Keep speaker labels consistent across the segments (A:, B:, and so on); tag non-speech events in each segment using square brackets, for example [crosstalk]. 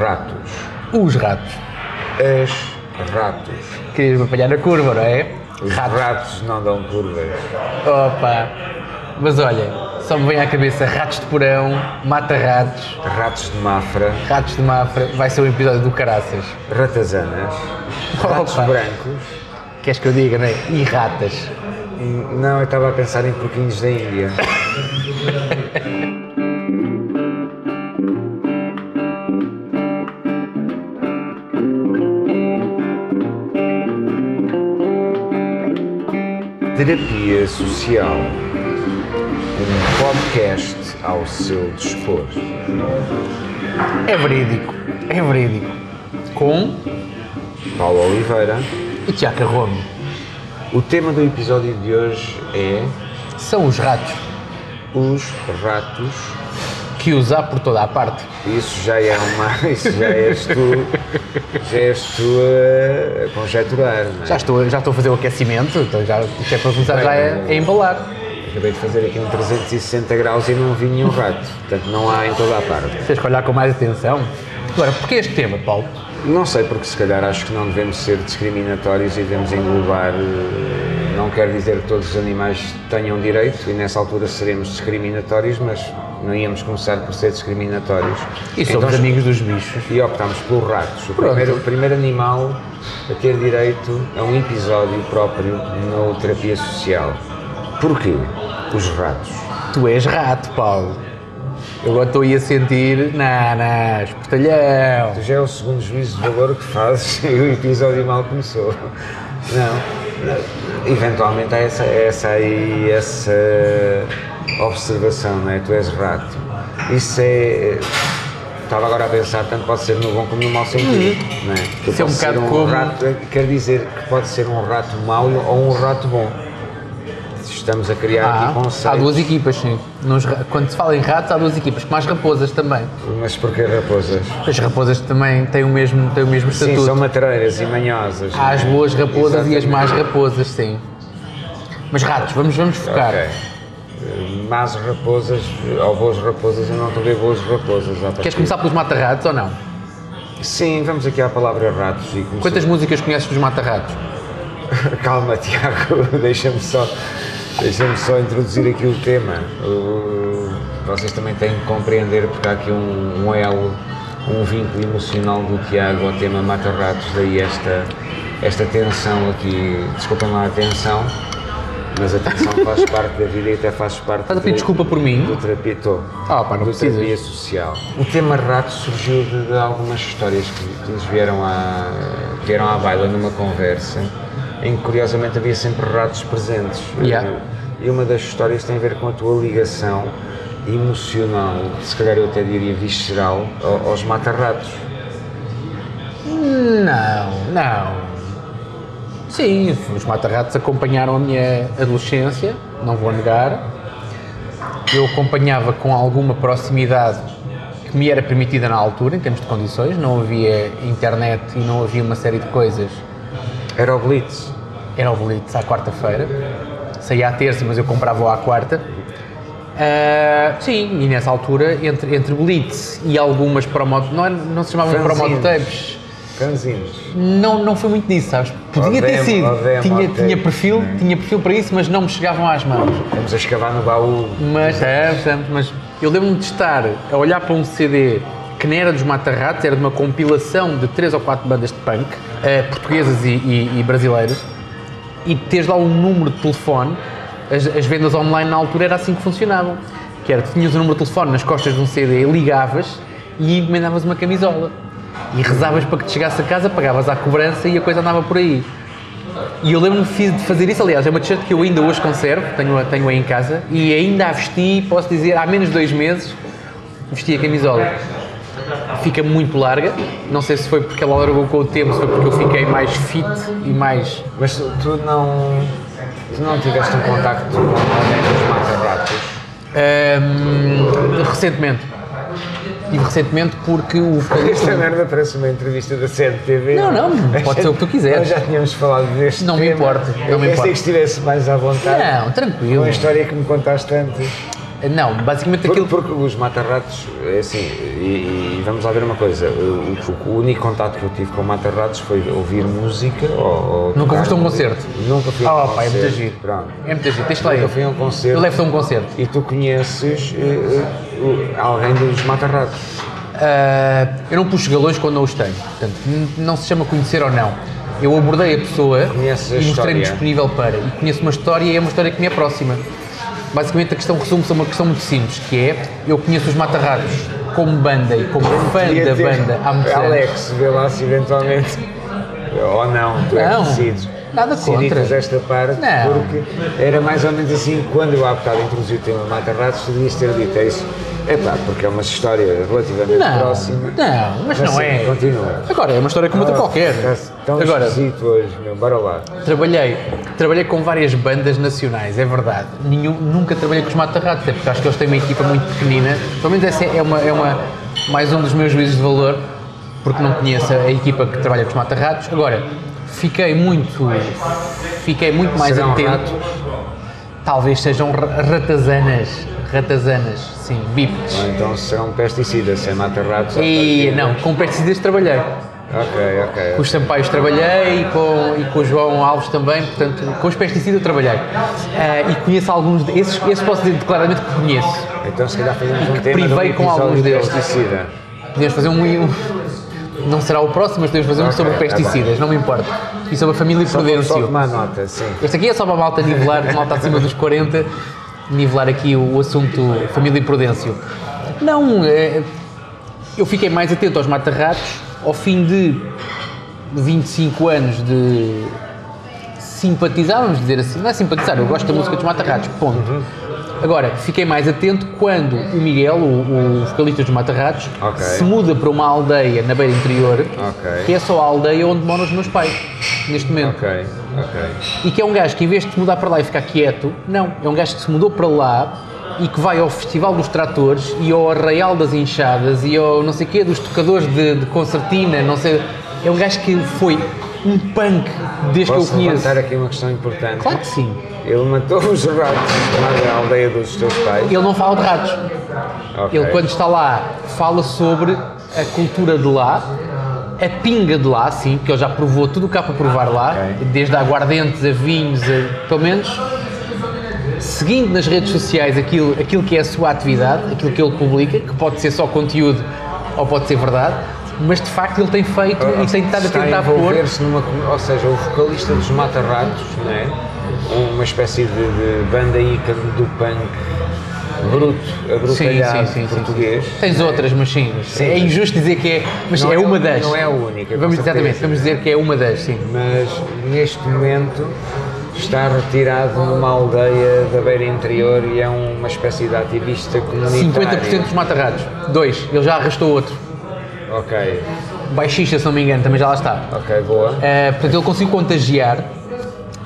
A: ratos,
B: Os ratos.
A: as ratos.
B: Querias-me apanhar na curva, não é?
A: Os ratos,
B: Ratos.
A: não dão curvas.
B: Opa! Mas olha, só me vem à cabeça ratos de porão, mata-ratos,
A: Ratos de Mafra,
B: ratos de mafra. Vai ser um episódio do caraças.
A: ratazanas, ratos
B: Opa.
A: brancos.
B: Queres que eu diga, não é? E ratas.
A: e- Não, eu estava a pensar em porquinhos da Índia. Terapia Social. Um podcast ao seu dispor.
B: É verídico. É verídico. Com
A: Paulo Oliveira.
B: o Tiago Rome.
A: O tema do episódio de hoje é
B: São os ratos
A: os ratos
B: que os há por toda a parte.
A: Isso já é uma. [laughs] Isso já és tu. Já és tu a a conjeturar, não é?
B: Já estou, já estou a fazer o aquecimento, então já, isto é para começar já a, a embalar.
A: Acabei de fazer aqui um 360 graus e não vi nenhum rato. Portanto, não há em toda a parte.
B: Tens que olhar com mais atenção. Agora, porquê este tema, Paulo?
A: Não sei, porque se calhar acho que não devemos ser discriminatórios e devemos englobar. eh, Não quer dizer que todos os animais tenham direito e nessa altura seremos discriminatórios, mas não íamos começar por ser discriminatórios.
B: E somos
A: Então,
B: amigos dos bichos.
A: e optámos pelos ratos. O primeiro, o primeiro animal a ter direito a um episódio próprio na terapia social. Porquê? Os ratos.
B: Tu és rato, Paulo. Eu agora estou aí a sentir. Não, não, esportalhão.
A: Já é o segundo juízo de valor que fazes [laughs] e o episódio mal começou. Não. não. Eventualmente há essa, essa aí, essa observação, não é? Tu és rato. Isso é. Estava agora a pensar, tanto pode ser no bom como no mau sentido. Não é? Tu
B: Isso é um
A: podes ser
B: bocado como-
A: rato, quer dizer que pode ser um rato mau ou um rato bom. Estamos a criar
B: Ah,
A: aqui conceitos.
B: há duas equipas, sim. Nos ra- quando se fala em ratos, há duas equipas, como as raposas também.
A: Mas porquê raposas?
B: As raposas também têm o mesmo, têm o mesmo
A: Sim,
B: estatuto.
A: são matreiras e manhosas.
B: é Há as
A: não é?
B: boas raposas e as
A: Exatamente.
B: más raposas, sim. Mas ratos, vamos, vamos focar.
A: Ok. Más raposas, ou boas raposas, eu não estou a ver boas raposas. à partida.
B: Queres começar pelos mata-ratos ou não?
A: Sim, vamos aqui à palavra ratos e começar-
B: Quantas músicas conheces dos mata-ratos?
A: [laughs] Calma, Tiago, [laughs] deixa-me só, deixa só introduzir aqui o tema. O- Vocês também têm que compreender, porque há aqui um, um elo, um vínculo emocional do Tiago ao tema Mata Ratos, daí esta, esta tensão aqui. Desculpem lá a tensão, mas a tensão faz parte da vida e até faz parte.
B: Estás a pedir
A: do-
B: desculpa por mim?
A: Do terapia, estou.
B: Ah, pá, não
A: do
B: precisas.
A: terapia social. O tema rato surgiu de, de algumas histórias que, que nos vieram à, vieram à baila numa conversa em que curiosamente havia sempre ratos presentes.
B: Yeah.
A: E uma das histórias tem a ver com a tua ligação emocional, se calhar eu até diria visceral, ao- aos mata-ratos.
B: Não, não. Sim, os mata-ratos acompanharam a minha adolescência, não vou negar. Eu acompanhava com alguma proximidade que me era permitida na altura, em termos de condições. Não havia internet e não havia uma série de coisas.
A: Era o Blitz.
B: Era o Blitz à quarta-feira. Saía à terça, mas eu comprava-o à quarta. Ah, sim, e nessa altura, entre, entre Blitz e algumas promo... Não, era- não se chamavam
A: Fanzines.
B: promotapes.
A: Franzinos.
B: Não, não foi muito disso, sabes? Podia
A: Ou demo,
B: ter sido.
A: ou demo,
B: tinha,
A: ok.
B: tinha perfil, tinha perfil para isso, mas não me chegavam às mãos.
A: Vamos a escavar no baú.
B: Mas, é, portanto, mas eu lembro-me de estar a olhar para um CD que nem era dos Matarratos, era de uma compilação de três ou quatro bandas de punk, eh, portuguesas e, e- e brasileiras, e teres lá um número de telefone. As, as vendas online na altura era assim que funcionavam. Que era, tu tinhas o número de telefone nas costas de um CD, ligavas e encomendavas uma camisola. E rezavas para que te chegasse a casa, pagavas à cobrança e a coisa andava por aí. E eu lembro-me fi- de fazer isso, aliás, é uma t-shirt que eu ainda hoje conservo, tenho-a tenho em casa, e ainda a vesti, posso dizer, há menos de dois meses, vesti a camisola. Fica muito larga, não sei se foi porque ela largou com o tempo, se foi porque eu fiquei mais fit e mais...
A: Mas tu, tu não. Tu não tiveste um contacto com alguém dos mata-ratos?
B: ahm, hum, recentemente. Tive recentemente porque o
A: Esta
B: vocalista...
A: merda parece uma entrevista da CNTV.
B: Não, não, pode ser o que tu quiseres.
A: Nós já tínhamos falado deste.
B: Não me
A: tema.
B: importa, não me É,
A: Eu pensei
B: importa.
A: que estivesse mais à vontade.
B: Não, tranquilo.
A: Com a história que me contaste antes.
B: Não, basicamente
A: Por-
B: aquilo.
A: Porque os mata-ratos, é assim, e, e vamos lá ver uma coisa, o, o- o único contato que eu tive com mata-ratos foi ouvir música ou, ou
B: Nunca
A: tocar
B: foste a um
A: música.
B: concerto?
A: Nunca fui a um
B: Ah,
A: concerto.
B: pá, é muito giro.
A: Pronto.
B: É muito giro. Deixa lá
A: Nunca
B: eu.
A: fui a um concerto.
B: Eu levo-te a um concerto.
A: E tu conheces eh, eh, o- alguém dos mata-ratos?
B: Ah, eu não puxo galões quando não os tenho. Portanto, n- não se chama conhecer ou não. Eu abordei a pessoa
A: Conheces a
B: e mostrei-me
A: história.
B: disponível para. E conheço uma história e é uma história que me é próxima. Basicamente, a questão resume-se a uma questão muito simples, que é, eu conheço os Matarrados como banda e como fã da banda há muitos anos.
A: Alex, vê lá se eventualmente. Ou não, tu é
B: Não,
A: que decides.
B: nada
A: Decidi
B: contra.
A: fazer esta parte
B: Não.
A: porque era mais ou menos assim quando eu há bocado introduzi o tema Mata Ratos, tu devias ter dito é isso. É pá, porque é uma história relativamente
B: Não,
A: próxima.
B: não, mas não
A: sim,
B: é.
A: Continua.
B: Agora, é uma história como outra
A: Ah,
B: qualquer.
A: estás Tão
B: Agora,
A: esquisito hoje, meu. Bora lá.
B: Trabalhei, trabalhei com várias bandas nacionais, é verdade. Nenhum- nunca trabalhei com os Matarratos, até porque acho que eles têm uma equipa muito pequenina. Pelo menos essa é, uma, é uma, mais um dos meus juízos de valor, porque não conheço a equipa que trabalha com os Matarratos. Agora, fiquei muito, fiquei muito mais
A: Serão
B: atento.
A: ratos?
B: Talvez sejam ra- ratazanas, ratazanas, sim, bípedes.
A: Ou então são pesticidas, sem é Mata Ratos. à
B: E
A: partida.
B: não, com pesticidas trabalhei.
A: Ok, ok.
B: Com os Sampaios trabalhei e com, e com o João Alves também, portanto, com os pesticidas eu trabalhei. Ah, e conheço alguns, de, esses, esses posso dizer declaradamente que conheço.
A: Então se calhar fazemos um
B: que
A: tema de um
B: privei com
A: episódio
B: alguns
A: de
B: deles.
A: pesticida.
B: Podemos fazer um, um- Não será o próximo, mas podemos fazer um
A: Ok,
B: sobre
A: tá
B: pesticidas, não me importa. E sobre a família
A: Só vou- Só
B: Prudêncio.
A: tomar nota, sim.
B: Este aqui é só para a malta nivelar, malta acima dos 40, nivelar aqui o, o assunto família e prudêncio. Não, eh, eu fiquei mais atento aos matarratos ao fim de 25 anos de simpatizar, vamos dizer assim. Não é simpatizar, eu gosto da música dos matarratos, ponto.
A: Uhum.
B: Agora, fiquei mais atento quando o Miguel, o, o vocalista dos matarratos,
A: Ok.
B: se muda para uma aldeia na beira interior,
A: Ok.
B: que é só a aldeia onde moram os meus pais, neste momento.
A: Ok, ok.
B: E que é um gajo que em vez de se mudar para lá e ficar quieto, não, é um gajo que se mudou para lá e que vai ao Festival dos Tratores e ao Arraial das Inchadas e ao não sei quê, dos tocadores de, de concertina, não sei. É um gajo que foi um punk desde
A: Posso
B: que eu conheço.
A: levantar aqui uma questão importante?
B: Claro que sim.
A: Ele matou um os ratos na aldeia dos teus pais.
B: Ele não fala de ratos.
A: Ok.
B: Ele quando está lá fala sobre a cultura de lá, a pinga de lá, sim, porque ele já provou tudo o que há para provar lá,
A: Ok.
B: desde a aguardentes a vinhos, a, pelo menos seguindo nas redes sociais aquilo, aquilo que é a sua atividade, aquilo que ele publica, que pode ser só conteúdo ou pode ser verdade, mas de facto ele tem feito e tem estado a
A: Ah, Está
B: tentar pôr.
A: envolver-se numa com- Ou seja, o vocalista dos Mata-Ratos, não é? Uma espécie de, de banda ícone do punk bruto, abrutalhado português.
B: Tens outras, mas sim.
A: Sim.
B: É injusto dizer que é. Mas
A: Não
B: é
A: é-
B: uma das.
A: não é a única, com
B: Vamos,
A: certeza.
B: exatamente, vamos dizer que é uma das, sim.
A: Mas neste momento está retirado numa aldeia da beira interior e é uma espécie de ativista comunitário.
B: 50% dos matarrados. Dois. Ele já arrastou outro.
A: Ok,
B: Baixista, se não me engano, também já lá está.
A: ok, boa.
B: Uh, portanto, ele conseguiu contagiar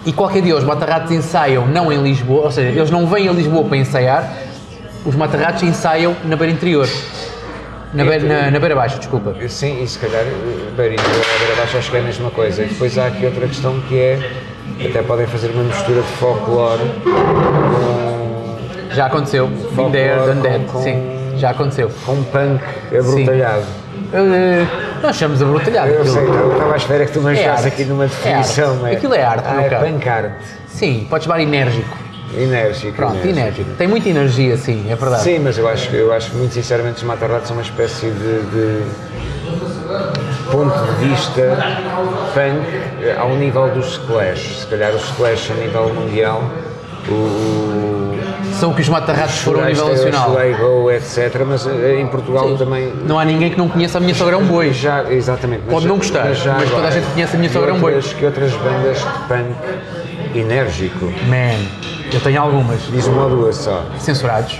B: e qualquer dia os matarratos ensaiam não em Lisboa, ou seja, eles não vêm a Lisboa para ensaiar, os matarratos ensaiam na beira interior. Na beira, na, na beira baixa, desculpa.
A: Sim, e se calhar, eh, Beira Interior, abaixo acho que é a mesma coisa. E depois há aqui outra questão que é, até podem fazer uma mistura de folclore com,
B: Já aconteceu. Been there, done that. Sim, já aconteceu.
A: com punk abrutalhado.
B: Uh, nós chamamos abrutalhado.
A: Eu
B: aquilo.
A: sei, eu estava à espera que tu me
B: É
A: ajudasse
B: arte.
A: aqui numa
B: É
A: definição,
B: arte.
A: não
B: Aquilo é arte,
A: ah,
B: no
A: é
B: caso.
A: punk arte,
B: Sim, podes chamar enérgico.
A: enérgico.
B: Pronto, enérgico. Tem muita energia, sim, é verdade.
A: Sim, mas eu acho, eu acho que, muito sinceramente os Matarratos são uma espécie de, de ponto de vista punk eh, ao nível dos Clash. Se calhar os Clash a nível mundial, o- o
B: São o que os matarratos foram a nível
A: é
B: nacional.
A: Go, etc. Mas eh, em Portugal também
B: Não há ninguém que não conheça a minha sogra é um boi.
A: já, exatamente. mas
B: Pode não
A: já-
B: gostar,
A: já
B: mas toda a
A: agora,
B: gente conhece a minha
A: que
B: sogra é um boi.
A: outras- Que outras bandas de punk enérgico?
B: Man, eu tenho algumas.
A: Diz uma ou duas só.
B: Censurados.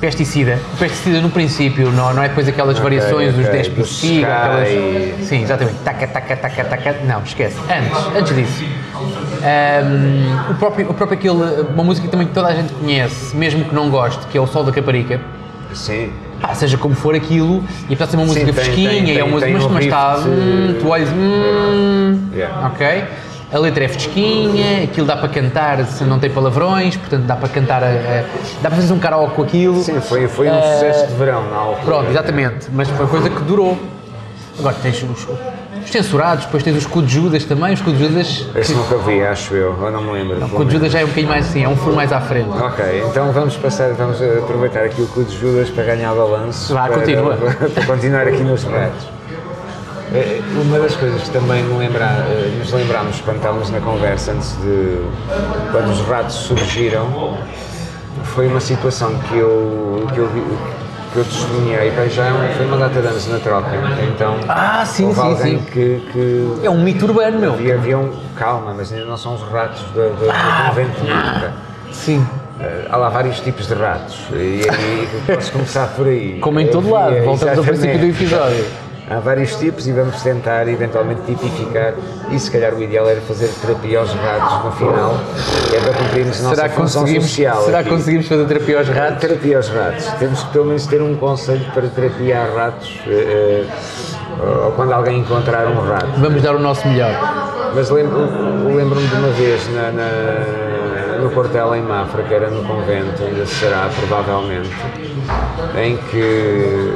B: Pesticida. O pesticida no princípio, não, não é depois aquelas variações dos
A: ok.
B: 10 por
A: Do Sky.
B: siga, aquelas. Sim, exatamente. Taca, taca, taca, taca. Não, esquece. Antes, antes disso. Ahm, o próprio, o próprio aquele, uma música também que toda a gente conhece, mesmo que não goste, que é o Sol da Caparica.
A: Sim.
B: Pá, seja como for aquilo, e apesar de ser uma música
A: tem-
B: fresquinha,
A: tem- um
B: e é uma
A: tem-
B: música,
A: tem
B: mas,
A: um
B: mas está.
A: riff de-
B: Hum, tu olhas. Hum,
A: Yeah.
B: Ok? a letra é fresquinha, aquilo dá para cantar se não tem palavrões, portanto dá para cantar, a- a- dá para fazer um karaoke com aquilo.
A: Sim, foi, foi um
B: Eh,
A: sucesso de verão na altura.
B: Pronto, exatamente, mas foi uma coisa que durou. Agora tens os, os censurados, depois tens os Cu de Judas também, os Cu de Judas.
A: Esse nunca vi, acho eu, eu não me lembro. pelo
B: Cu de
A: menos.
B: Judas já é um bocadinho mais assim, é um furo mais à frente.
A: Ok, então vamos passar, vamos aproveitar aqui o Clube de Judas para ganhar balanço.
B: Vá,
A: para,
B: continua.
A: [laughs] para continuar aqui nos pratos. Eh, Uma das coisas que também me lembra, eh, nos lembrámos quando estávamos na conversa antes de. quando os ratos surgiram, foi uma situação que eu, que eu, vi- que eu testemunhei, pá, já é um- foi uma data de anos na troca. Então,
B: Ah, sim,
A: houve
B: sim,
A: alguém
B: sim.
A: Que, que
B: É um mito urbano, meu.
A: havia, havia um. calma, mas ainda não são os ratos da, da, do convento de Nunca.
B: ah. Sim.
A: Eh, Há lá vários tipos de ratos e, e posso começar por aí.
B: Como em todo lado,
A: Eh,
B: voltamos ao
A: exatamente.
B: princípio do episódio.
A: Há vários tipos e vamos tentar eventualmente tipificar e se calhar o ideal era fazer terapia aos ratos no final, que é para cumprirmos a nossa
B: Será que
A: função
B: conseguimos,
A: social.
B: será que
A: aqui.
B: conseguimos fazer terapia aos ratos?
A: Terapia aos ratos. Temos que pelo menos ter um conselho para terapia a ratos eh, eh, ou quando alguém encontrar um rato.
B: Vamos dar o nosso melhor.
A: Mas lembro- lembro-me de uma vez na- na- no quartel em Mafra, que era no convento, ainda será provavelmente, em que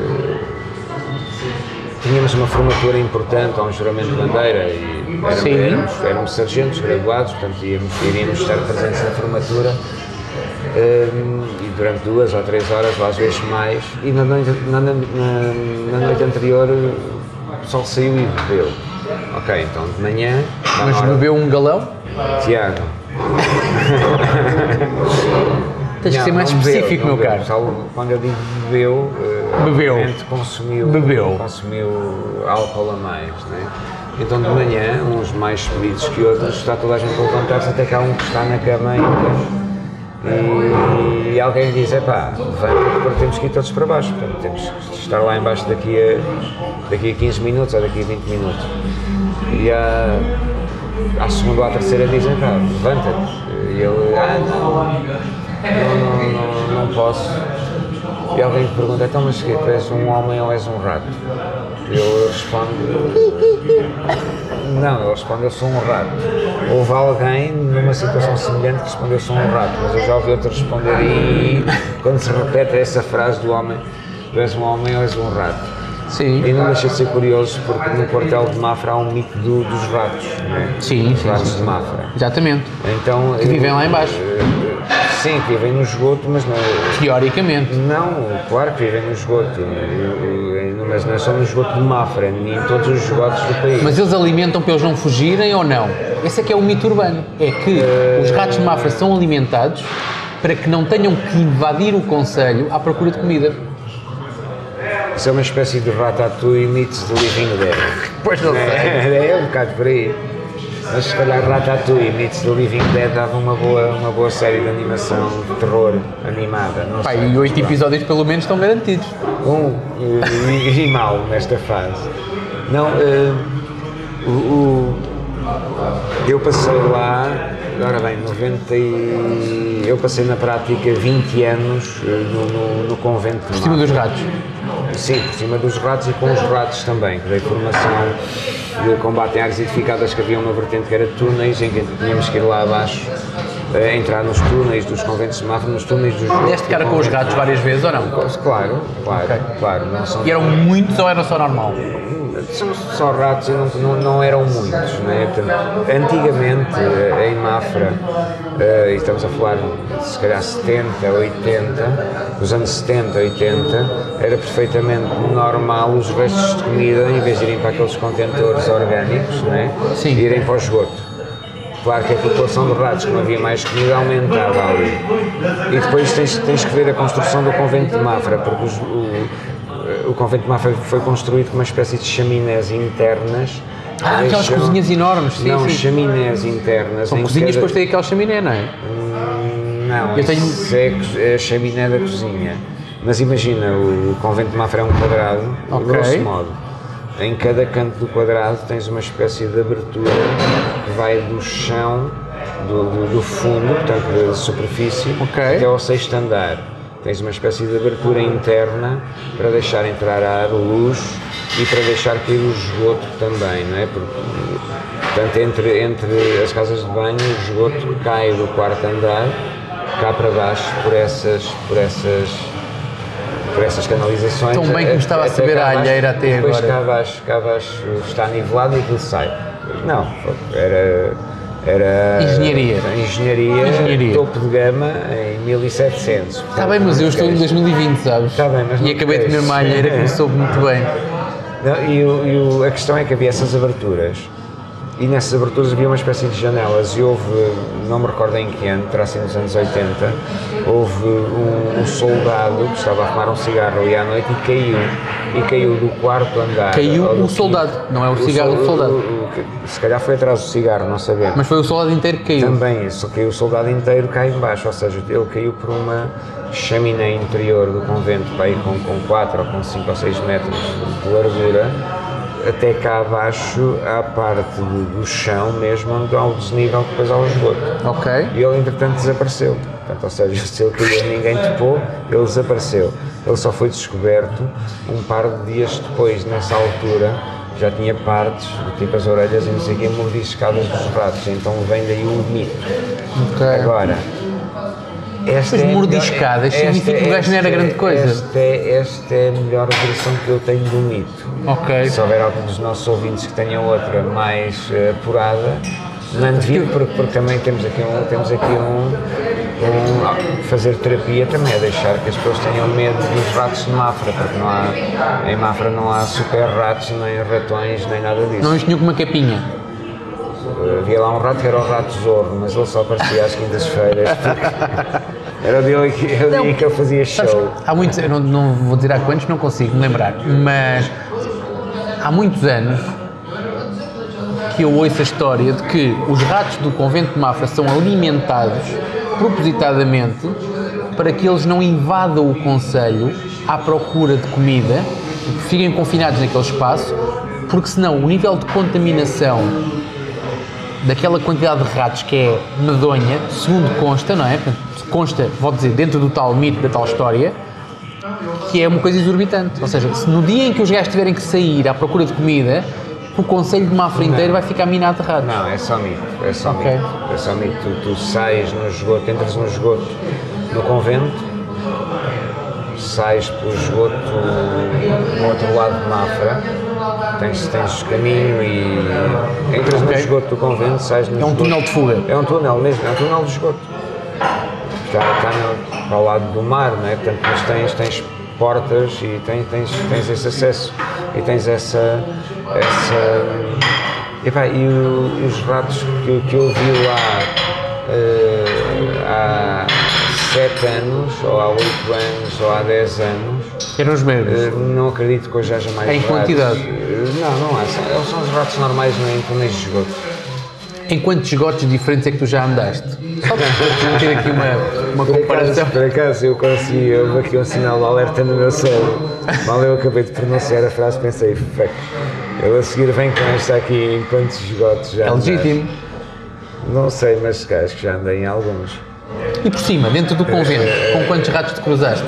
A: tínhamos uma formatura importante, ou um juramento de bandeira, e éramos,
B: Sim.
A: éramos, éramos sargentos graduados, portanto íamos, iríamos estar presentes na formatura. hum, e durante duas ou três horas, ou às vezes mais, e na noite, na- na- na- na noite anterior o sol saiu e bebeu. Ok, então de manhã. está na
B: Mas
A: hora-
B: bebeu um galão?
A: Tiago.
B: Tens que
A: Não,
B: ser mais
A: não bebeu,
B: específico,
A: não
B: meu
A: bebeu.
B: caro.
A: Só Quando eu digo bebeu, eh,
B: Bebeu.
A: obviamente consumiu,
B: Bebeu.
A: consumiu álcool a mais, né? Então de manhã, uns mais bebidos que outros, está toda a gente a levantar-se até que há um que está na cama ainda. E, e alguém diz, epá, vem porque temos que ir todos para baixo, portanto temos que estar lá embaixo daqui a, daqui a 15 minutos ou daqui a 20 minutos. E à, à segunda ou à terceira dizem, pá, levanta-te. E ele, ah não, não, não, não posso. E alguém me pergunta, então mas que tu és um homem ou és um rato? Eu respondo, não, eu respondo, eu sou um rato. Houve alguém numa situação semelhante que respondeu, eu sou um rato, mas eu já ouvi outro responder e quando se repete essa frase do homem, tu és um homem ou és um rato. E
B: Sim.
A: não deixa de ser curioso porque no quartel de Mafra há um mito do- dos ratos, né?
B: Sim,
A: Os
B: sim,
A: ratos
B: sim.
A: de Mafra.
B: Exatamente.
A: Então, que
B: vivem lá embaixo.
A: Sim, que vivem no esgoto, mas não, é
B: Teoricamente.
A: não, claro que vivem no esgoto, eh, eh, mas não é só no esgoto de Mafra, nem em todos os esgotos do país.
B: Mas eles alimentam para eles não fugirem ou não? Esse é que é o mito urbano. É que os ratos de Mafra são alimentados para que não tenham que invadir o conselho à procura de comida.
A: Isso é uma espécie de ratatouille mitos de living
B: [laughs]
A: dead.
B: Pois não
A: É, é um bocado por aí. Mas se calhar Ratatouille e Mitos do Living Dead dava uma boa, uma boa série de animação de terror animada. Não
B: Pá,
A: sei,
B: e oito
A: mas pronto.
B: episódios pelo menos estão garantidos.
A: um e, e mal nesta fase. Não, eh, o, o- eu passei lá, agora bem, 90 e, eu passei na prática 20 anos eh, no, no- no convento de
B: Por cima
A: Mafra.
B: dos ratos.
A: Sim, por cima dos ratos e com os ratos também, que dei formação de combate em áreas edificadas que havia uma vertente que era túneis, em que tínhamos que ir lá abaixo, eh, entrar nos túneis dos conventos de Mafra, nos túneis dos
B: Deste cara com os ratos várias vezes ou não?
A: Claro, claro, claro, não são
B: E eram muitos ou era só normal?
A: são só ratos e não, não, não eram muitos, não é? Portanto, antigamente, eh, em Mafra, eh, e estamos a falar de, se calhar 70, 80, nos anos 70, 80, era perfeitamente normal os restos de comida, em vez de irem para aqueles contentores orgânicos, não é?
B: Sim.
A: irem para o esgoto. Claro que a população de ratos, como havia mais comida, aumentava ali. E depois tens, tens que ver a construção do convento de Mafra, porque os- o, o convento de Mafra foi construído com uma espécie de chaminés internas.
B: Ah, aquelas
A: Deixam-
B: cozinhas enormes, sim,
A: Não,
B: sim.
A: chaminés internas.
B: São
A: em
B: cozinhas,
A: cada-
B: depois tem aquela chaminé, não é?
A: Não,
B: Eu tenho-
A: isso é co- é a chaminé da cozinha. Mas imagina, o convento de Mafra é um quadrado,
B: Ok.
A: grosso modo. Em cada canto do quadrado tens uma espécie de abertura que vai do chão, do, do- do fundo, portanto da superfície,
B: Ok.
A: até ao sexto andar. tens uma espécie de abertura interna para deixar entrar ar, luz e para deixar cair o esgoto também, não é? Porque, portanto, entre, entre as casas de banho, o esgoto cai do quarto andar cá para baixo por essas, por essas, por essas canalizações.
B: Tão bem que me estava a
A: até
B: saber
A: cá
B: a
A: abaixo,
B: alheira até
A: depois
B: agora.
A: Cá abaixo, cá abaixo está nivelado e aquilo sai. Não, era. Era
B: Engenharia.
A: engenharia,
B: Engenharia.
A: topo de gama em 1700.
B: Está Tá bem, mas eu estou
A: é
B: em 2020, sabes?
A: Está Tá bem, mas
B: E
A: não
B: acabei de
A: queres.
B: comer uma alheira que me soube muito bem.
A: Não, e o- e o- a questão é que havia essas aberturas e nessas aberturas havia uma espécie de janelas e houve, não me recordo em que ano, terá sido nos anos 80, houve um, um soldado que estava a fumar um cigarro ali à noite e caiu. E caiu do quarto andar.
B: Caiu
A: ou do
B: o
A: quinto.
B: soldado, não é o cigarro
A: sol-
B: do soldado.
A: o- o- se calhar foi atrás do cigarro, não sabemos.
B: Mas foi o soldado inteiro que caiu.
A: Também isso, caiu o soldado inteiro cá em baixo, ou seja, ele caiu por uma chaminé interior do convento, aí com, com 4 ou com 5 ou 6 metros de largura, até cá abaixo, à parte do, do chão mesmo, onde há o desnível que depois há o esgoto.
B: Ok.
A: E ele, entretanto, desapareceu. Portanto, ou seja, [laughs] se ele queria ninguém topou, ele desapareceu. Ele só foi descoberto um par de dias depois, nessa altura, já tinha partes, tipo as orelhas e não sei o quê, mordiscadas dos ratos. Então vem daí o mito.
B: Ok.
A: Agora, esta
B: Mas
A: é a
B: mordiscadas
A: melhor- esta-
B: significa que o gajo não era
A: esta-
B: grande coisa.
A: Esta, é- esta é a melhor versão que eu tenho do mito.
B: Ok.
A: Se houver algum dos nossos ouvintes que tenha outra mais eh, apurada, mande vir, porque, porque também temos aqui um. Temos aqui um, um- ah, fazer terapia também é deixar que as pessoas tenham medo dos ratos de Mafra, porque não há, em Mafra não há super ratos, nem ratões, nem nada disso.
B: Não nos tinha com uma capinha.
A: Havia lá um rato que era o rato zorro, mas ele só aparecia às quintas-feiras.
B: [laughs]
A: porque Era o dia, em que- era o dia em que ele fazia
B: Sabes,
A: show.
B: há muitos, eu não, não vou dizer há quantos, não consigo me lembrar, mas há muitos anos que eu ouço a história de que os ratos do convento de Mafra são alimentados propositadamente para que eles não invadam o conselho à procura de comida, fiquem confinados naquele espaço, porque senão o nível de contaminação daquela quantidade de ratos que é medonha, segundo consta, não é? Portanto, Consta, vou dizer, dentro do tal mito, da tal história, que é uma coisa exorbitante. Ou seja, se no dia em que os gajos tiverem que sair à procura de comida, o conselho de Mafra inteiro vai ficar minado de ratos.
A: Não, é só mito. É só
B: Ok.
A: mito. É só mito. Tu, tu sais no esgoto, entras no esgoto no convento, sais pelo esgoto no outro lado de Mafra, tens, tens caminho e entras no
B: Ok.
A: esgoto do convento, sais no
B: É um
A: esgoto.
B: túnel de fuga.
A: É um túnel mesmo, é um túnel de esgoto. Está, está no- ao lado do mar, não é? Portanto, mas tens, tens portas e tens, tens, tens esse acesso e tens essa. essa epá, e o- os ratos que, que eu vi lá eh, há 7 anos, ou há 8 anos, ou há 10 anos,
B: Eram os mesmos.
A: eh, não acredito que hoje haja mais
B: Em
A: ratos.
B: quantidade?
A: Eh, Não, não há. São, são os ratos normais é? em túneis de esgoto.
B: Em quantos esgotos diferentes é que tu já andaste? Só para ter aqui uma, uma
A: Por acaso,
B: comparação.
A: por acaso eu consegui, houve aqui um sinal de alerta no meu cérebro. Mal eu acabei de pronunciar a frase, pensei, fuck, ele a seguir vem com esta aqui em quantos esgotos já
B: É
A: andei?"
B: legítimo.
A: Não sei, mas cá, acho que já andei em alguns.
B: E por cima, dentro do convento, com quantos ratos te cruzaste?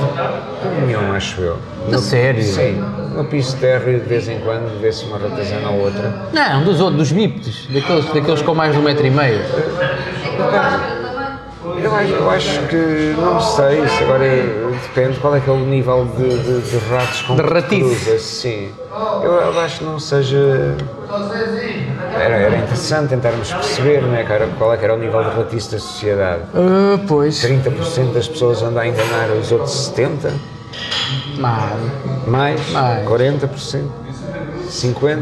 A: Nenhum, acho eu.
B: A sério?
A: Sim, no piso térreo de vez em quando vê-se uma ratazana ou outra.
B: Não, dos outros, dos bípedes, daqueles, daqueles com mais de um metro e meio.
A: Eu acho, eu acho que, não sei, isso agora é- depende qual é que é o nível de, de- de ratos com
B: De
A: que te
B: ratice.
A: cruzas, sim. Eu, eu acho que não seja... Era, era interessante tentarmos perceber não é, cara, qual é que era o nível de ratice da sociedade.
B: Ah, pois.
A: 30% das pessoas andam a enganar os outros 70%,
B: Mas,
A: mais,
B: Mais.
A: 40%, 50%,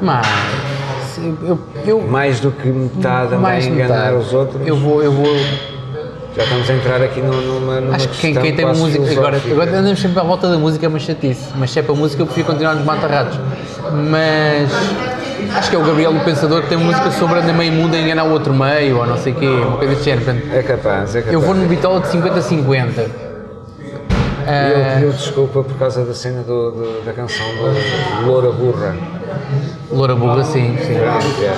B: mas, se- eu, eu
A: mais do que metade andam a
B: mais de
A: enganar
B: metade.
A: os outros.
B: Eu vou, eu vou.
A: Já estamos a entrar aqui numa, numa, numa
B: Acho que quem,
A: questão
B: quem tem
A: quase
B: música agora,
A: filosófica.
B: agora andamos sempre à volta da música, é uma chatice. Mas se é para música, eu prefiro continuar nos mata-ratos. Mas acho que é o Gabriel o Pensador que tem música sobre andar meio mundo a enganar o outro meio ou não sei o quê, uma coisa desse género. Portanto,
A: É capaz, é capaz.
B: eu vou no bitola de 50-50.
A: Eu
B: É. Ah,
A: pedi desculpa por causa da cena do- do- da canção do Loura Burra.
B: Loura Burra, sim, sim.
A: É,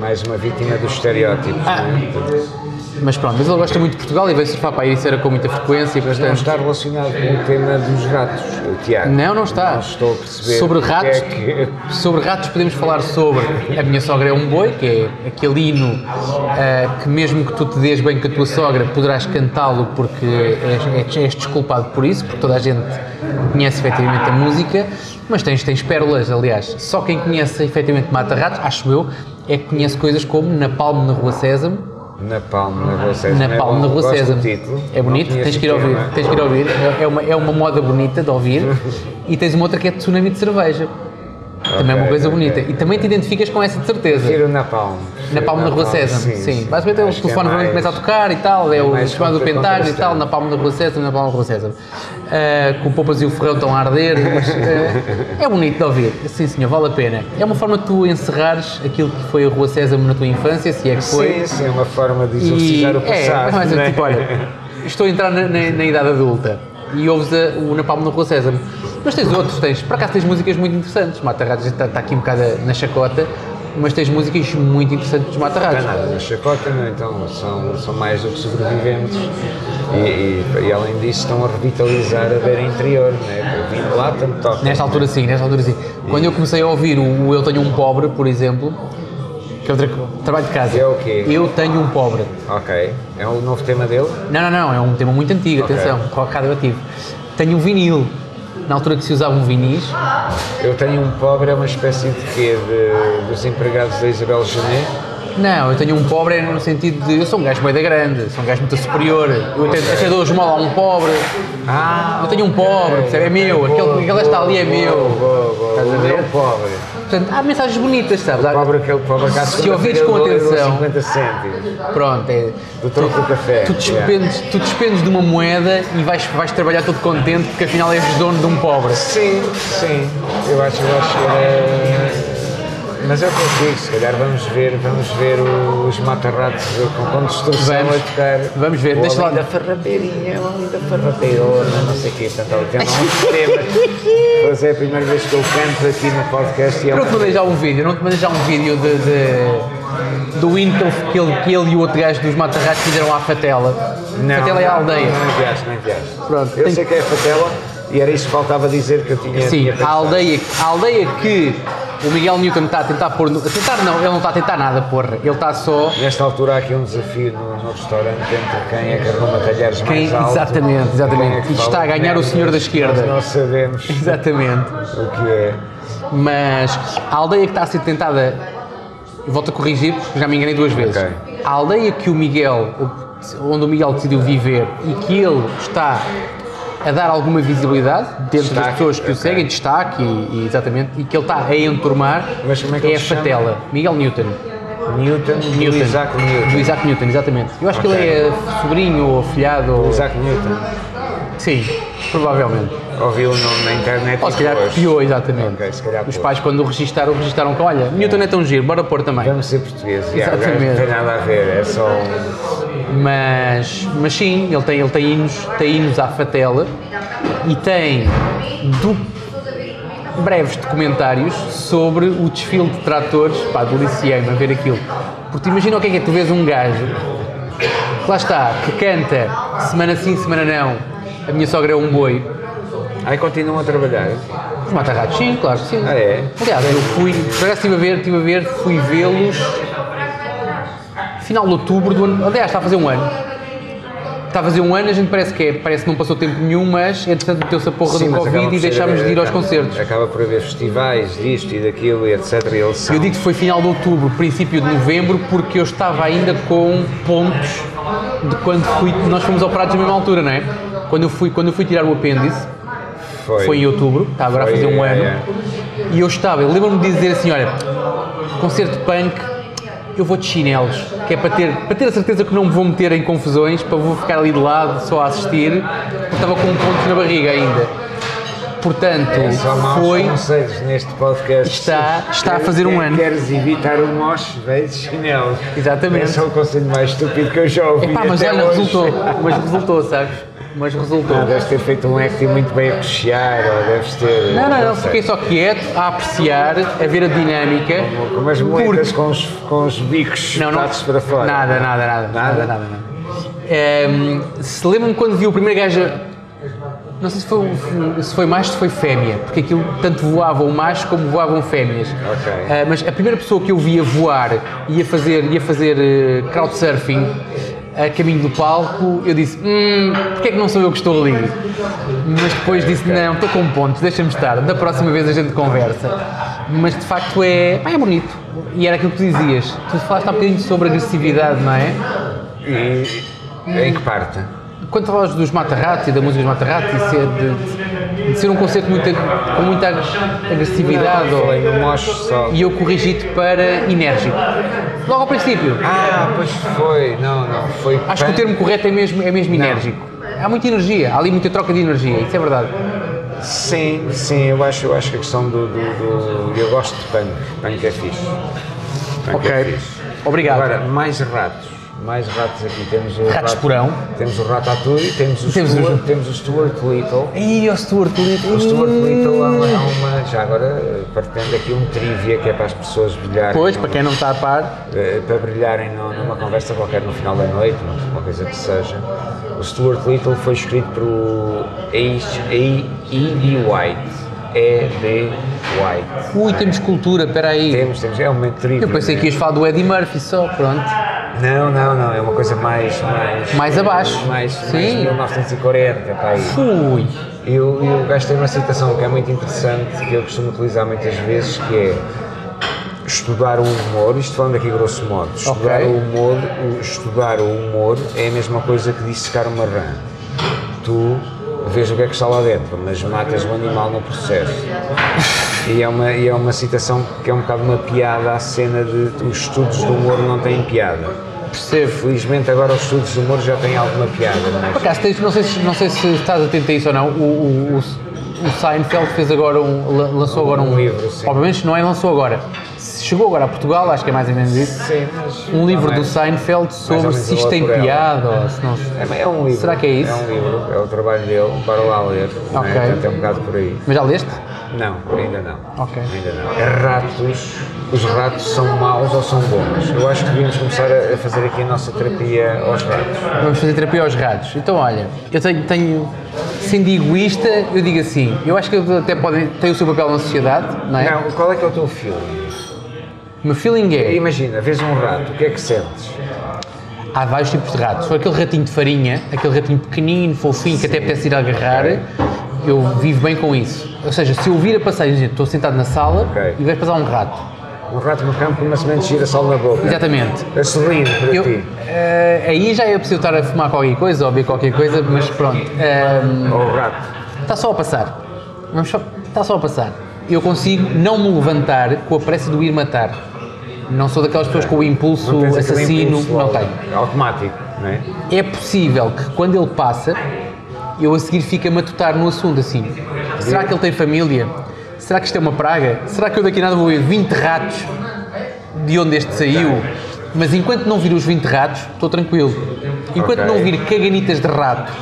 A: mais uma vítima dos estereótipos.
B: Ah.
A: não é? Portanto,
B: Mas pronto, mas ele gosta muito de Portugal e veio surfar para a Ericeira com muita frequência.
A: Mas não
B: portanto-
A: está relacionado com o tema dos ratos, Tiago.
B: Não, não está.
A: Não estou a perceber.
B: Sobre
A: porque é
B: ratos,
A: que- [laughs]
B: sobre ratos podemos falar sobre a minha sogra é um boi, que é aquele hino ah, que mesmo que tu te dês bem com a tua sogra, poderás cantá-lo porque és, és- és desculpado por isso, porque toda a gente conhece efetivamente a música, mas tens, tens pérolas, aliás. Só quem conhece efetivamente Mata Ratos, acho eu, é que conhece coisas como Napalm na Rua Sésamo,
A: Na Palma, na Rua Sésamo.
B: na
A: é
B: Palma
A: bom,
B: da Rua
A: gosto do
B: César.
A: título,
B: É
A: não
B: bonito,
A: conheço
B: tens
A: o
B: que ir ouvir,
A: tema.
B: tens que ir ouvir. É- É uma, é uma moda bonita
A: [laughs]
B: de ouvir. e tens uma outra que é tsunami de cerveja. também é uma
A: Ok,
B: coisa
A: ok,
B: bonita.
A: ok.
B: E também te identificas com essa de certeza.
A: Prefiro na Palma.
B: Na Palma da Rua César, sim. Basicamente é o telefone vermelho que começa a tocar e tal, é,
A: é
B: o
A: mais
B: chamado do
A: contra-
B: Pentágio e tal,
A: contrastante.
B: na Palma da Rua César, na Palma da Rua César. Ah, com o Poupas e o Ferrão estão a arder, mas ah, é bonito de ouvir. Sim, senhor, vale a pena. É uma forma de tu encerrares aquilo que foi a Rua César na tua infância, se é que foi.
A: Sim, sim, é uma forma de
B: E,
A: exorcizar o passado.
B: é, mas
A: né?
B: é tipo, olha, estou a entrar na, na- na idade adulta e ouves a, o Napalm na Rua Sésamo. Mas tens outros, tens, por acaso tens músicas muito interessantes. Mata Ratos está, está aqui um bocado na chacota, mas tens músicas muito interessantes dos Mata
A: Não é
B: Ratos.
A: nada, na chacota, não, então são, são mais do que sobreviventes. E, e- e, além disso estão a revitalizar a beira interior, né? Eu vim de lá, tanto toca.
B: Nesta altura sim, nesta altura sim. Quando eu comecei a ouvir o, o Eu Tenho um Pobre, por exemplo, que é outra co- trabalho de casa.
A: É o quê?
B: Eu Tenho um Pobre.
A: Ok, é o novo tema dele?
B: Não, não, não, é um tema muito antigo,
A: Ok.
B: atenção, colocado eu ativo. Tenho um vinil. Na altura que se usavam vinis,
A: Eu tenho um pobre, é uma espécie de quê? De- dos empregados da Isabel Janet?
B: Não, eu tenho um pobre é no sentido de eu sou um gajo meio da grande, sou um gajo muito superior, eu até, até dou esmola a um pobre,
A: Ah,
B: eu tenho um pobre, percebe? é meu, aquele, aquele que está ali é meu.
A: Boa, boa,
B: Estás a
A: boa.
B: ver?
A: O pobre.
B: Portanto, há mensagens bonitas, sabes? Há-
A: Pobre, aquele pobre que à
B: Se ouvires
A: segunda-feira
B: com
A: eu dou- eu dou
B: atenção,
A: 50 cêntimos
B: pronto, é.
A: do troco do café.
B: Tu despendes, tu despendes de uma moeda e vais, vais trabalhar todo contente porque afinal és dono de um pobre.
A: Sim, sim. Eu acho, eu acho que era. Mas é o que eu digo, se calhar vamos ver, vamos ver os matarratos com, com distorção
B: Vamos.
A: a tocar.
B: Vamos ver,
A: O
B: deixa lá-
A: Ali da farrapeirinha, o ali da farrapeirona, não sei o quê, portanto, ali tem lá uns temas. Pois é a primeira vez que eu canto aqui no podcast e é
B: Eu
A: um-
B: não te mandei já um vídeo, eu não te mandei já um vídeo de, de- do Intel que ele, que ele e o outro gajo dos Matarratos fizeram à Fatela. Fatela é a aldeia.
A: Não, não enviaste, não enviaste.
B: Pronto,
A: eu
B: tem-
A: sei que é Fatela e era isso que faltava dizer que eu tinha.
B: Sim,
A: tinha
B: a
A: pensado.
B: aldeia, a aldeia que o Miguel Newton está a tentar pôr. no- A tentar não, ele não está a tentar nada, porra. Ele está
A: [laughs]
B: só.
A: Nesta altura há aqui um desafio no, no restaurante entre quem é que arruma talheres
B: Quem-
A: mais alto.
B: exatamente, exatamente.
A: quem é que
B: E está
A: fala
B: a ganhar
A: merdas,
B: o senhor da esquerda.
A: Nós não sabemos
B: [laughs] Exatamente.
A: o que é.
B: Mas a aldeia que está a ser tentada. Volto a corrigir, porque já me enganei duas vezes.
A: Ok.
B: A aldeia que o Miguel. onde o Miguel decidiu viver e que ele está a dar alguma visibilidade dentro das
A: Destaque,
B: pessoas que o
A: ok.
B: seguem, destaque e, e exatamente, e que ele está a enturmar
A: Mas como é que ele
B: a
A: se chama?
B: Fatela. Miguel Newton.
A: Newton, do
B: Newton.
A: Isaac
B: Do
A: Newton.
B: Isaac Newton, exatamente. Eu acho que
A: Ok.
B: ele é sobrinho ou afilhado. Ou...
A: Isaac Newton.
B: Sim, provavelmente.
A: Ouvi o nome na internet.
B: Ou
A: e
B: se calhar
A: depois.
B: copiou, exatamente.
A: Ok, se calhar
B: Os
A: pôs.
B: pais, quando o registaram, registaram com: olha, Newton é tão giro, bora pôr também.
A: Vamos ser portugueses. Yeah, o gajo
B: Exatamente.
A: não tem nada a ver, é só um.
B: Mas, mas sim, ele tem, ele tem, hinos, tem hinos à fatela e tem do- breves documentários sobre o desfile de tratores. Pá, deliciei-me a ver aquilo. Porque imagina o que é que é, tu vês um gajo, que lá está, que canta semana sim, semana não, a minha sogra é um boi.
A: Aí continuam a trabalhar.
B: Os Matarratos, sim, claro que sim.
A: Ah, é?
B: Aliás, eu fui, por acaso estive a ver, estive a ver, fui vê-los final de outubro do ano, aliás, está a fazer um ano. Está a fazer um ano, a gente parece que é, parece que não passou tempo nenhum, mas entretanto meteu-se a porra
A: Sim,
B: Um do
A: mas acaba por
B: Covid e
A: ser-
B: deixámos de ir aos
A: acaba-
B: concertos.
A: Acaba por haver festivais disto e daquilo e etc. E eles são.
B: Eu digo que foi final de outubro, princípio de novembro, porque eu estava ainda com pontos de quando fui, nós fomos operados na mesma altura, não é? Quando eu fui, quando eu fui tirar o apêndice,
A: foi.
B: Foi em outubro, está agora
A: Foi,
B: a fazer um
A: é,
B: ano.
A: é.
B: E eu estava, eu lembro-me de dizer assim: olha, concerto de punk, eu vou de chinelos, que é para ter, para ter a certeza que não me vou meter em confusões, para vou ficar ali de lado só a assistir, porque estava com pontos na barriga ainda. Portanto,
A: É só maus
B: foi.
A: conselhos neste podcast.
B: Está- está a
A: Quer-
B: fazer um
A: quer-
B: ano.
A: Queres evitar o moche, veio de chinelo. é
B: Exatamente.
A: Esse é o conselho mais estúpido que eu já ouvi
B: Epá, mas
A: até
B: olha,
A: hoje.
B: resultou, mas resultou, sabes? mas resultou.
A: Ah, deves ter feito um acting muito bem a cochear, ou deves ter.
B: Não, não, não,
A: sei.
B: fiquei só quieto, a apreciar, a ver a dinâmica.
A: Com as moedas, com os, com os bicos
B: Não, não.
A: espatados para fora.
B: Nada, nada,
A: Nada?
B: nada. Nada, nada, nada. Ehm, se lembram quando vi o primeiro gajo. Não sei se foi, se foi macho ou se foi fêmea, porque aquilo tanto voavam machos como voavam fêmeas.
A: Ok.
B: Ah, mas a primeira pessoa que eu via voar e a fazer, ia fazer eh, crowdsurfing a caminho do palco, eu disse: Hum, porque é que não sou eu que estou ali? Mas depois disse: Não, estou com pontos, deixa-me estar, da próxima vez a gente conversa. Mas de facto é. pá, é bonito. E era aquilo que tu dizias. Tu falaste há um bocadinho sobre agressividade, não é?
A: E em que parte?
B: Quando falas dos Matarrati, da música dos Matarrati, ser de, de ser um concerto muito, ag- com muita ag- agressividade, ou-
A: Falei no mocho só.
B: e eu corrigi-te para enérgico. Logo ao princípio.
A: Ah, pois foi, não, não, foi.
B: Acho que o
A: pan-
B: termo correto é mesmo, é mesmo enérgico. Há muita energia, há ali muita troca de energia, isso é verdade.
A: Sim, sim, eu acho, eu acho que a questão do, do- do- Eu gosto de punk, punk é fixe. Punk é fixe.
B: Obrigado.
A: Agora, mais ratos. Mais ratos aqui. Temos o
B: Ratos
A: rato,
B: porão.
A: Temos o Ratatouille, temos o
B: Temos o-
A: Stuart, temos o Stuart Little.
B: Ih, o Stuart Little.
A: O Stuart Little há uma, há uma- Já agora, partendo aqui um trivia que é para as pessoas brilharem.
B: Pois,
A: no-
B: para quem não está a par,
A: eh, para brilharem no- numa conversa qualquer no final da noite, uma coisa que seja. O Stuart Little foi escrito por E.D. White. E.D. White.
B: ui, temos cultura, espera aí.
A: Temos, temos, é uma trivia.
B: Eu pensei que ias falar do Eddie Murphy só, pronto.
A: Não, não, não, é uma coisa mais. Mais,
B: Mais abaixo.
A: Mais, mais
B: Sim.
A: 1940, pá, aí.
B: Ui,
A: Eu, eu gastei uma citação que é muito interessante, que eu costumo utilizar muitas vezes, que é estudar o humor, isto falando aqui grosso modo, estudar,
B: Ok.
A: o, humor, o- estudar o humor é a mesma coisa que dissecar uma rã. Tu vês o que é que está lá dentro, mas matas o animal no processo. E é, uma, e é uma citação que é um bocado uma piada à cena de os estudos do humor não têm piada.
B: percebo.
A: Felizmente agora os estudos do humor já têm alguma piada,
B: Por
A: mas
B: acaso, tens- não, sei se, não sei se estás atento a isso ou não, o, o, o- o Seinfeld fez agora um, la- lançou agora um,
A: Um livro, sim.
B: Obviamente não é lançou agora. Se Chegou agora a Portugal, acho que é mais ou menos isso.
A: Sim, mas-
B: Um livro
A: Também.
B: do Seinfeld sobre
A: é. menos é
B: se
A: eu
B: isto
A: vou
B: tem
A: por ela.
B: piada ou se não.
A: É, é um livro.
B: Será que é isso?
A: É um livro, é o trabalho dele, para lá ler. não é?
B: Ok.
A: Portanto, é um bocado por aí.
B: Mas já leste?
A: Não, ainda não.
B: Ok.
A: Ainda não. É Ratos, os ratos são maus ou são bons? Eu acho que devíamos começar a a fazer aqui a nossa terapia aos ratos.
B: Vamos fazer terapia aos ratos. Então, olha, eu tenho, tenho sendo egoísta, eu digo assim, eu acho que até podem, têm o seu papel na sociedade, não é?
A: Não, qual é que é o teu feeling?
B: O meu feeling é,
A: Imagina, vês um rato, o que é que sentes?
B: Há vários tipos de ratos. Foi aquele ratinho de farinha, aquele ratinho pequenino, fofinho, que até parece ir agarrar. Eu vivo bem com isso. Ou seja, se eu vir a passar, imagina, estou sentado na sala
A: Ok.
B: e vejo passar um rato.
A: Um rato no campo com uma semente de girassol na boca.
B: Exatamente.
A: A sorrir para
B: Eu,
A: ti.
B: eh, aí já é preciso estar a fumar qualquer coisa ou beber qualquer coisa, mas pronto. ehm,
A: Ou o rato.
B: Está só a passar. Vamos só, está só a passar. Eu consigo não me levantar com a pressa de o ir matar. Não sou daquelas pessoas com o impulso
A: Não tens aquele
B: assassino.
A: impulso
B: Não
A: logo
B: tenho.
A: Automático, não é?
B: É possível que quando ele passa, eu a seguir fique a matutar no assunto assim. Será que ele tem família? Será que isto é uma praga? Será que eu daqui a nada vou ver 20 ratos de onde este saiu? Mas enquanto não vir os 20 ratos, estou tranquilo. Enquanto
A: Ok.
B: não vir caganitas de rato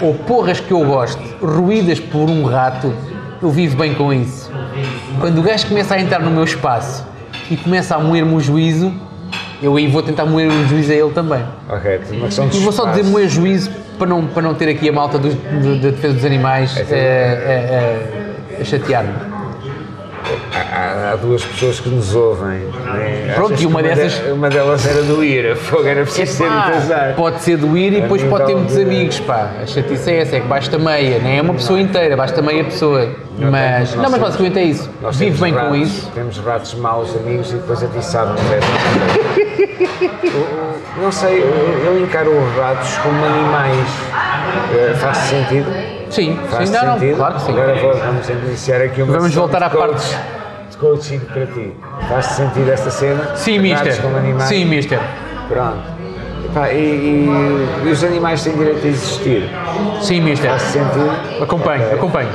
B: ou porras que eu gosto, ruídas por um rato, eu vivo bem com isso. Quando o gajo começa a entrar no meu espaço e começa a moer-me o juízo, eu aí vou tentar moer o juízo a ele também.
A: Ok, é uma questão de
B: E vou só dizer
A: espaço.
B: moer juízo para não, para não ter aqui a malta dos- do- da defesa dos animais
A: É
B: eh, eh, eh, a chatear-me.
A: Há, há- há duas pessoas que nos ouvem. né?
B: Pronto,
A: Achas
B: e uma
A: que
B: dessas-
A: de- uma delas era do Ira, [laughs] fogo, era preciso ter
B: Pá,
A: muito azar.
B: Pode ser doir e depois
A: É nível
B: pode ter muitos
A: de-
B: amigos, pá. A chatice é essa, é que basta meia, nem é uma pessoa inteira, basta meia pessoa. Mas, não, mas basicamente é isso.
A: Nós
B: Vivo
A: temos
B: bem com
A: ratos-
B: isso.
A: Temos ratos maus amigos e depois a ti sabe não é?
B: [laughs]
A: Eu- eu- Não sei, eu, eu encaro os ratos como animais. Eh, Faz sentido?
B: Sim,
A: Faz
B: sim, não, não,
A: sentido?
B: claro que sim.
A: Agora vou- vamos iniciar aqui uma
B: Vamos
A: sessão
B: voltar
A: de
B: à parte-
A: coach- de coaching para ti. Faz sentido esta cena?
B: Sim,
A: Ratos
B: mister.
A: como animais?
B: Sim, mister.
A: Pronto. Epá, e, e- e os animais têm direito a existir.
B: Sim, mister.
A: Faz sentido?
B: Acompanho,
A: Ok.
B: acompanho.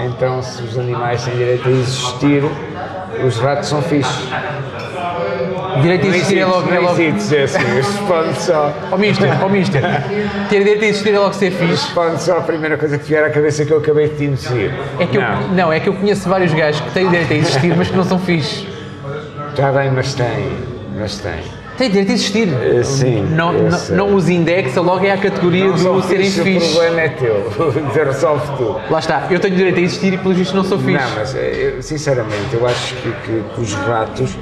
A: Então, se os animais têm direito a existir, os ratos são fixos.
B: Direito a existir é
A: Não
B: logo.
A: hesites,
B: É
A: não
B: logo.
A: hesites, Jéssica. Responde só.
B: Ó Mister,
A: [laughs]
B: ó Mister. Ter direito a existir é logo ser fixe.
A: Responde só a primeira coisa que vier à cabeça que eu acabei de te induzir.
B: É que
A: não,
B: Eu, não, é que eu conheço vários gajos que têm direito a existir, mas que não são fixes.
A: está Tá bem, mas tem. Mas tem.
B: Têm direito a existir.
A: Eh, sim,
B: Não,
A: eu
B: não,
A: sei.
B: não os indexa logo é a categoria
A: Não sou
B: do serem
A: fixe, O
B: fixes.
A: problema é teu. [laughs] Dizer resolve tu.
B: Lá está, eu tenho direito a existir e pelos vistos não sou fixe.
A: Não, mas eh, eu, sinceramente, eu acho que, que- que os ratos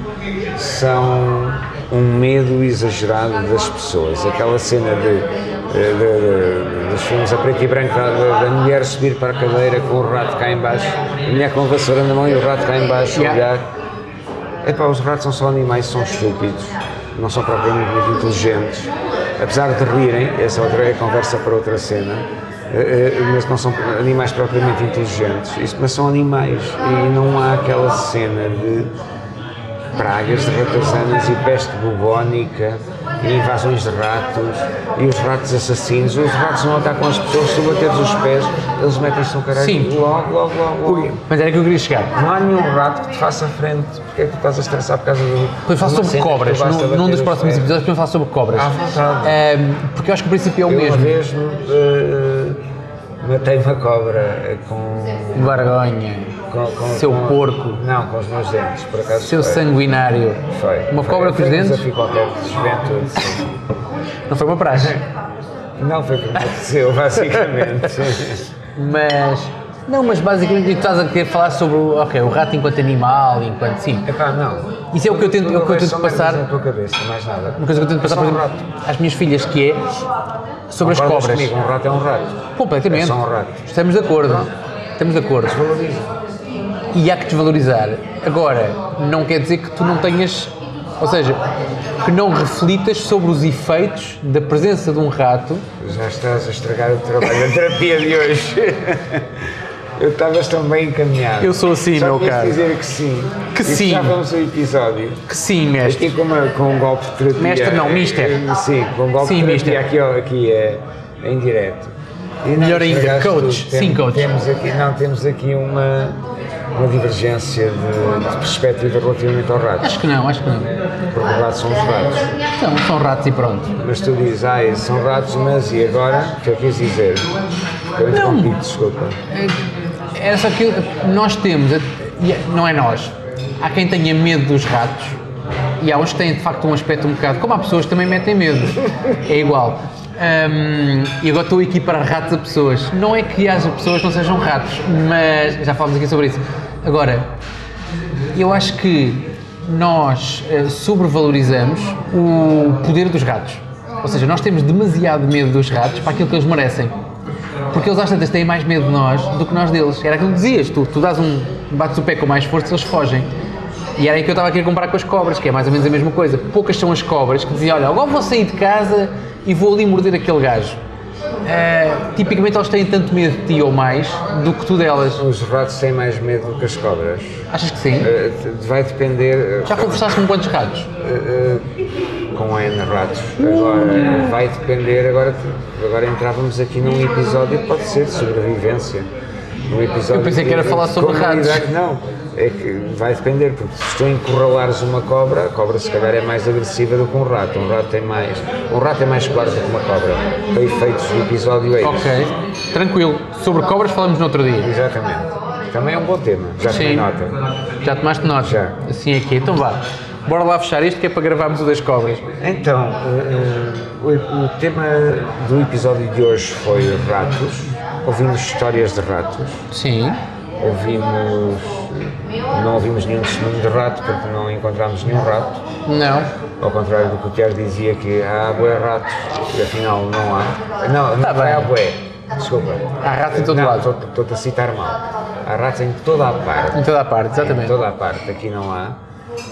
A: são um medo exagerado das pessoas. Aquela cena de, eh, de- de- dos filmes a preto e branco, da, da- da mulher subir para a cadeira com o rato cá em baixo, a mulher com a vassoura na mão e o rato cá em baixo,
B: Yeah.
A: olhar. Epá, os ratos são só animais, são estúpidos, não são propriamente muito inteligentes. Apesar de rirem, essa outra é conversa para outra cena, eh, eh, mas não são animais propriamente inteligentes. Isso, mas são animais e não há aquela cena de pragas de ratazanas e peste bubónica e invasões de ratos e os ratos assassinos. Os ratos não atacam as pessoas, se tu bateres os pés, eles metem-se no caralho
B: Sim.
A: logo, logo, logo, logo.
B: Mas era que eu queria chegar.
A: Não há nenhum um rato que te faça frente. Porque é que tu estás a estressar por causa do.
B: Podemos falar
A: de uma cena
B: sobre
A: que tu
B: cobras.
A: basta
B: Num, num
A: bater
B: dos
A: os
B: próximos
A: pés?
B: episódios podemos falar sobre cobras.
A: À vontade.
B: Ahm, porque eu acho que o princípio é o
A: Eu uma
B: mesmo.
A: vez eh, matei uma cobra eh, com.
B: Vergonha.
A: com- com-
B: Seu
A: com-
B: porco.
A: Não, com os meus dentes, por acaso.
B: Seu
A: foi.
B: sanguinário.
A: Foi.
B: Uma
A: Foi.
B: cobra com
A: Foi
B: os
A: um
B: dentes?
A: desafio qualquer de juventude. sim.
B: Não foi uma praxe.
A: assim. Não foi o que me
B: [laughs]
A: aconteceu, basicamente.
B: Mas. Não, mas basicamente tu estás a querer falar sobre o- ok, o rato enquanto animal, enquanto. Sim.
A: Epá, não.
B: Isso é o que eu tento, é o que eu
A: Tudo
B: tento
A: bem, só merdas
B: passar.
A: Na tua cabeça, mais nada.
B: Uma coisa que eu tento passar,
A: Só
B: por
A: um
B: exemplo,
A: rato.
B: às minhas filhas, que é sobre as
A: Concordas
B: cobras.
A: comigo, um rato é um rato.
B: Completamente.
A: É só um rato.
B: Estamos de acordo. Estamos de acordo.
A: Valoriza.
B: E há que desvalorizar. Agora, não quer dizer que tu não tenhas. Ou seja, que não reflitas sobre os efeitos da presença de um rato.
A: Já estás a estragar o trabalho da terapia de
B: [laughs]
A: hoje. Eu estavas tão bem encaminhado.
B: Eu sou assim,
A: Só
B: meu
A: queria
B: caro.
A: dizer que sim.
B: Que
A: E
B: sim.
A: Já vamos ao episódio.
B: Que sim, mestre.
A: Aqui com, uma- com um golpe de terapia.
B: Mestre não,
A: eh,
B: mister.
A: eh, Sim, com um golpe de
B: Sim,
A: terapia
B: mister.
A: aqui, ó, aqui é, em direto. E não,
B: Melhor ainda,
A: estragaste
B: coach.
A: tudo.
B: Sim, coach.
A: Temos aqui, não, temos aqui uma, uma divergência de, de perspectiva relativamente ao rato.
B: Acho que não, acho que não.
A: Porque o rato são os ratos.
B: São, Então, são ratos e pronto.
A: Mas tu dizes, ah, esses são ratos, mas e agora? O que eu quis dizer? Eu interrompi, desculpa.
B: É só que nós temos, e não é nós, há quem tenha medo dos ratos e há uns que têm de facto um aspecto um bocado, como há pessoas que também metem medo, é igual. Hum, e agora estou aqui para ratos a pessoas. Não é que haja pessoas que não sejam ratos, mas já falámos aqui sobre isso. Agora, eu acho que nós eh, sobrevalorizamos o poder dos ratos. Ou seja, nós temos demasiado medo dos ratos para aquilo que eles merecem. Porque eles às tantas têm mais medo de nós do que nós deles. Era aquilo que dizias, tu, tu dás um. bates o pé com mais força eles fogem. E era aí que eu estava a querer comparar com as cobras, que é mais ou menos a mesma coisa. Poucas são as cobras que diziam, olha, agora vou sair de casa e vou ali morder aquele gajo. Eh, tipicamente eles têm tanto medo de ti ou mais do que tu delas.
A: Os ratos têm mais medo do que as cobras.
B: Achas que sim?
A: Eh, Vai depender. eh,
B: Já conversaste com quantos ratos?
A: eh, eh, Com N ratos. Agora, vai depender. Agora, agora entrávamos aqui num episódio, pode ser, de sobrevivência. Um episódio
B: Eu pensei que
A: de-
B: era falar
A: de
B: sobre
A: como
B: ratos.
A: lidar- Não, é que vai depender, porque se tu encurralares uma cobra, a cobra se calhar é mais agressiva do que um rato. Um rato tem mais. Um rato é mais claro do que uma cobra. Para efeitos do episódio é isso.
B: Ok, tranquilo. Sobre cobras falamos no outro dia.
A: Exatamente. Também é um bom tema. Já tomei nota.
B: Já tomaste nota?
A: Já.
B: Assim aqui. Então vá. Bora lá fechar isto que é para gravarmos o das cobras.
A: Então, eh, eh, o, o tema do episódio de hoje foi ratos. Ouvimos histórias de ratos.
B: Sim.
A: Ouvimos. Não ouvimos nenhum testemunho de rato porque não encontramos nenhum rato.
B: Não.
A: Ao contrário do que o Tiago dizia que há bué ratos, e afinal não há. Não, não
B: Tá bem.
A: há bué. Desculpa.
B: Há ratos em todo
A: não,
B: lado.
A: estou- Estou-te a citar mal. Há ratos em toda a parte.
B: Em toda a parte,
A: Em
B: exatamente.
A: toda a parte, aqui não há.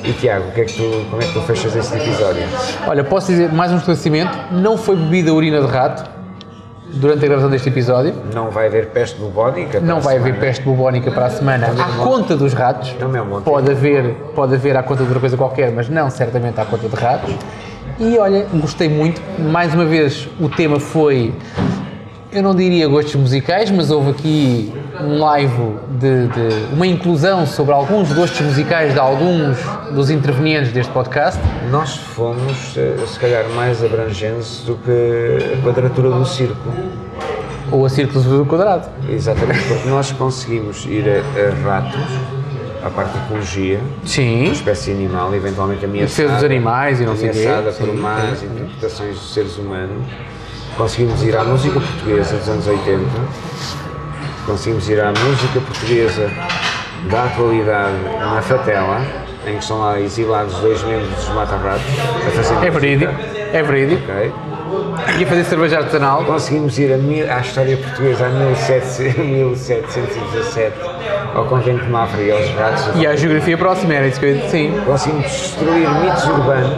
A: E Tiago, o que é que tu, como é que tu fechas este episódio?
B: Olha, posso dizer mais um esclarecimento. Não foi bebida urina de rato durante a gravação deste episódio.
A: Não vai haver peste bubónica? para
B: Não
A: a
B: vai haver
A: semana?
B: peste bubónica para a semana à conta dos ratos.
A: Também é um bom tema.
B: Pode haver, pode haver à conta de outra coisa qualquer, mas não certamente à conta de ratos. E olha, gostei muito. Mais uma vez, o tema foi eu não diria gostos musicais, mas houve aqui um live de, de- uma inclusão sobre alguns gostos musicais de alguns dos intervenientes deste podcast.
A: Nós fomos, eh, se calhar, mais abrangentes do que a quadratura do círculo.
B: Ou a Círculo do Quadrado.
A: Exatamente, porque nós conseguimos ir a, a ratos, à parte de ecologia,
B: Sim.
A: espécie animal, eventualmente ameaçada.
B: Defesa dos animais e não sei o quê.
A: Ameaçada por
B: Sim.
A: más interpretações dos seres humanos. Conseguimos ir à música portuguesa dos anos 80. Conseguimos ir à música portuguesa da atualidade na Fatela, em que estão lá exilados dois membros dos Mata-Ratos a fazer
B: É
A: música,
B: verídico. É verídico.
A: ok?
B: Ia fazer cerveja artesanal.
A: Conseguimos ir a mil- à história portuguesa a [laughs] 1700 1717 ao convento de Mafra e aos ratos.
B: E à geografia próxima, era isso que eu ia dizer. Sim.
A: Conseguimos destruir mitos urbanos.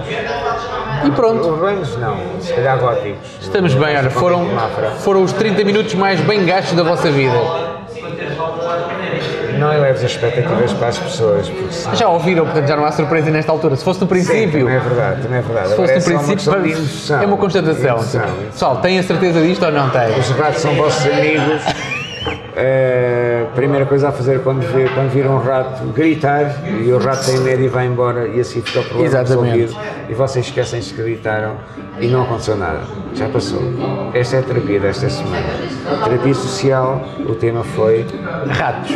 B: E pronto.
A: Urbanos não, se calhar góticos.
B: Estamos bem, olha, foram,
A: Convento de Mafra.
B: foram os 30 minutos mais bem gastos da vossa vida.
A: Não eleves as expectativas para as pessoas, porque se
B: Já ouviram, portanto já não há surpresa nesta altura. Se fosse no princípio,
A: Não é verdade, também é verdade.
B: se
A: Agora
B: fosse
A: é
B: no
A: só uma
B: princípio,
A: questão de
B: vamos-
A: emoção.
B: é uma constatação.
A: Emoção.
B: Pessoal, têm a certeza disto ou não têm?
A: Os ratos são vossos amigos. A primeira coisa a fazer quando, vê, quando vir um rato gritar e o rato tem medo e vai embora e assim fica o problema
B: Exatamente.
A: resolvido e vocês esquecem-se que gritaram e não aconteceu nada, já passou. Esta é a terapia desta semana. Terapia social, o tema foi
B: Ratos.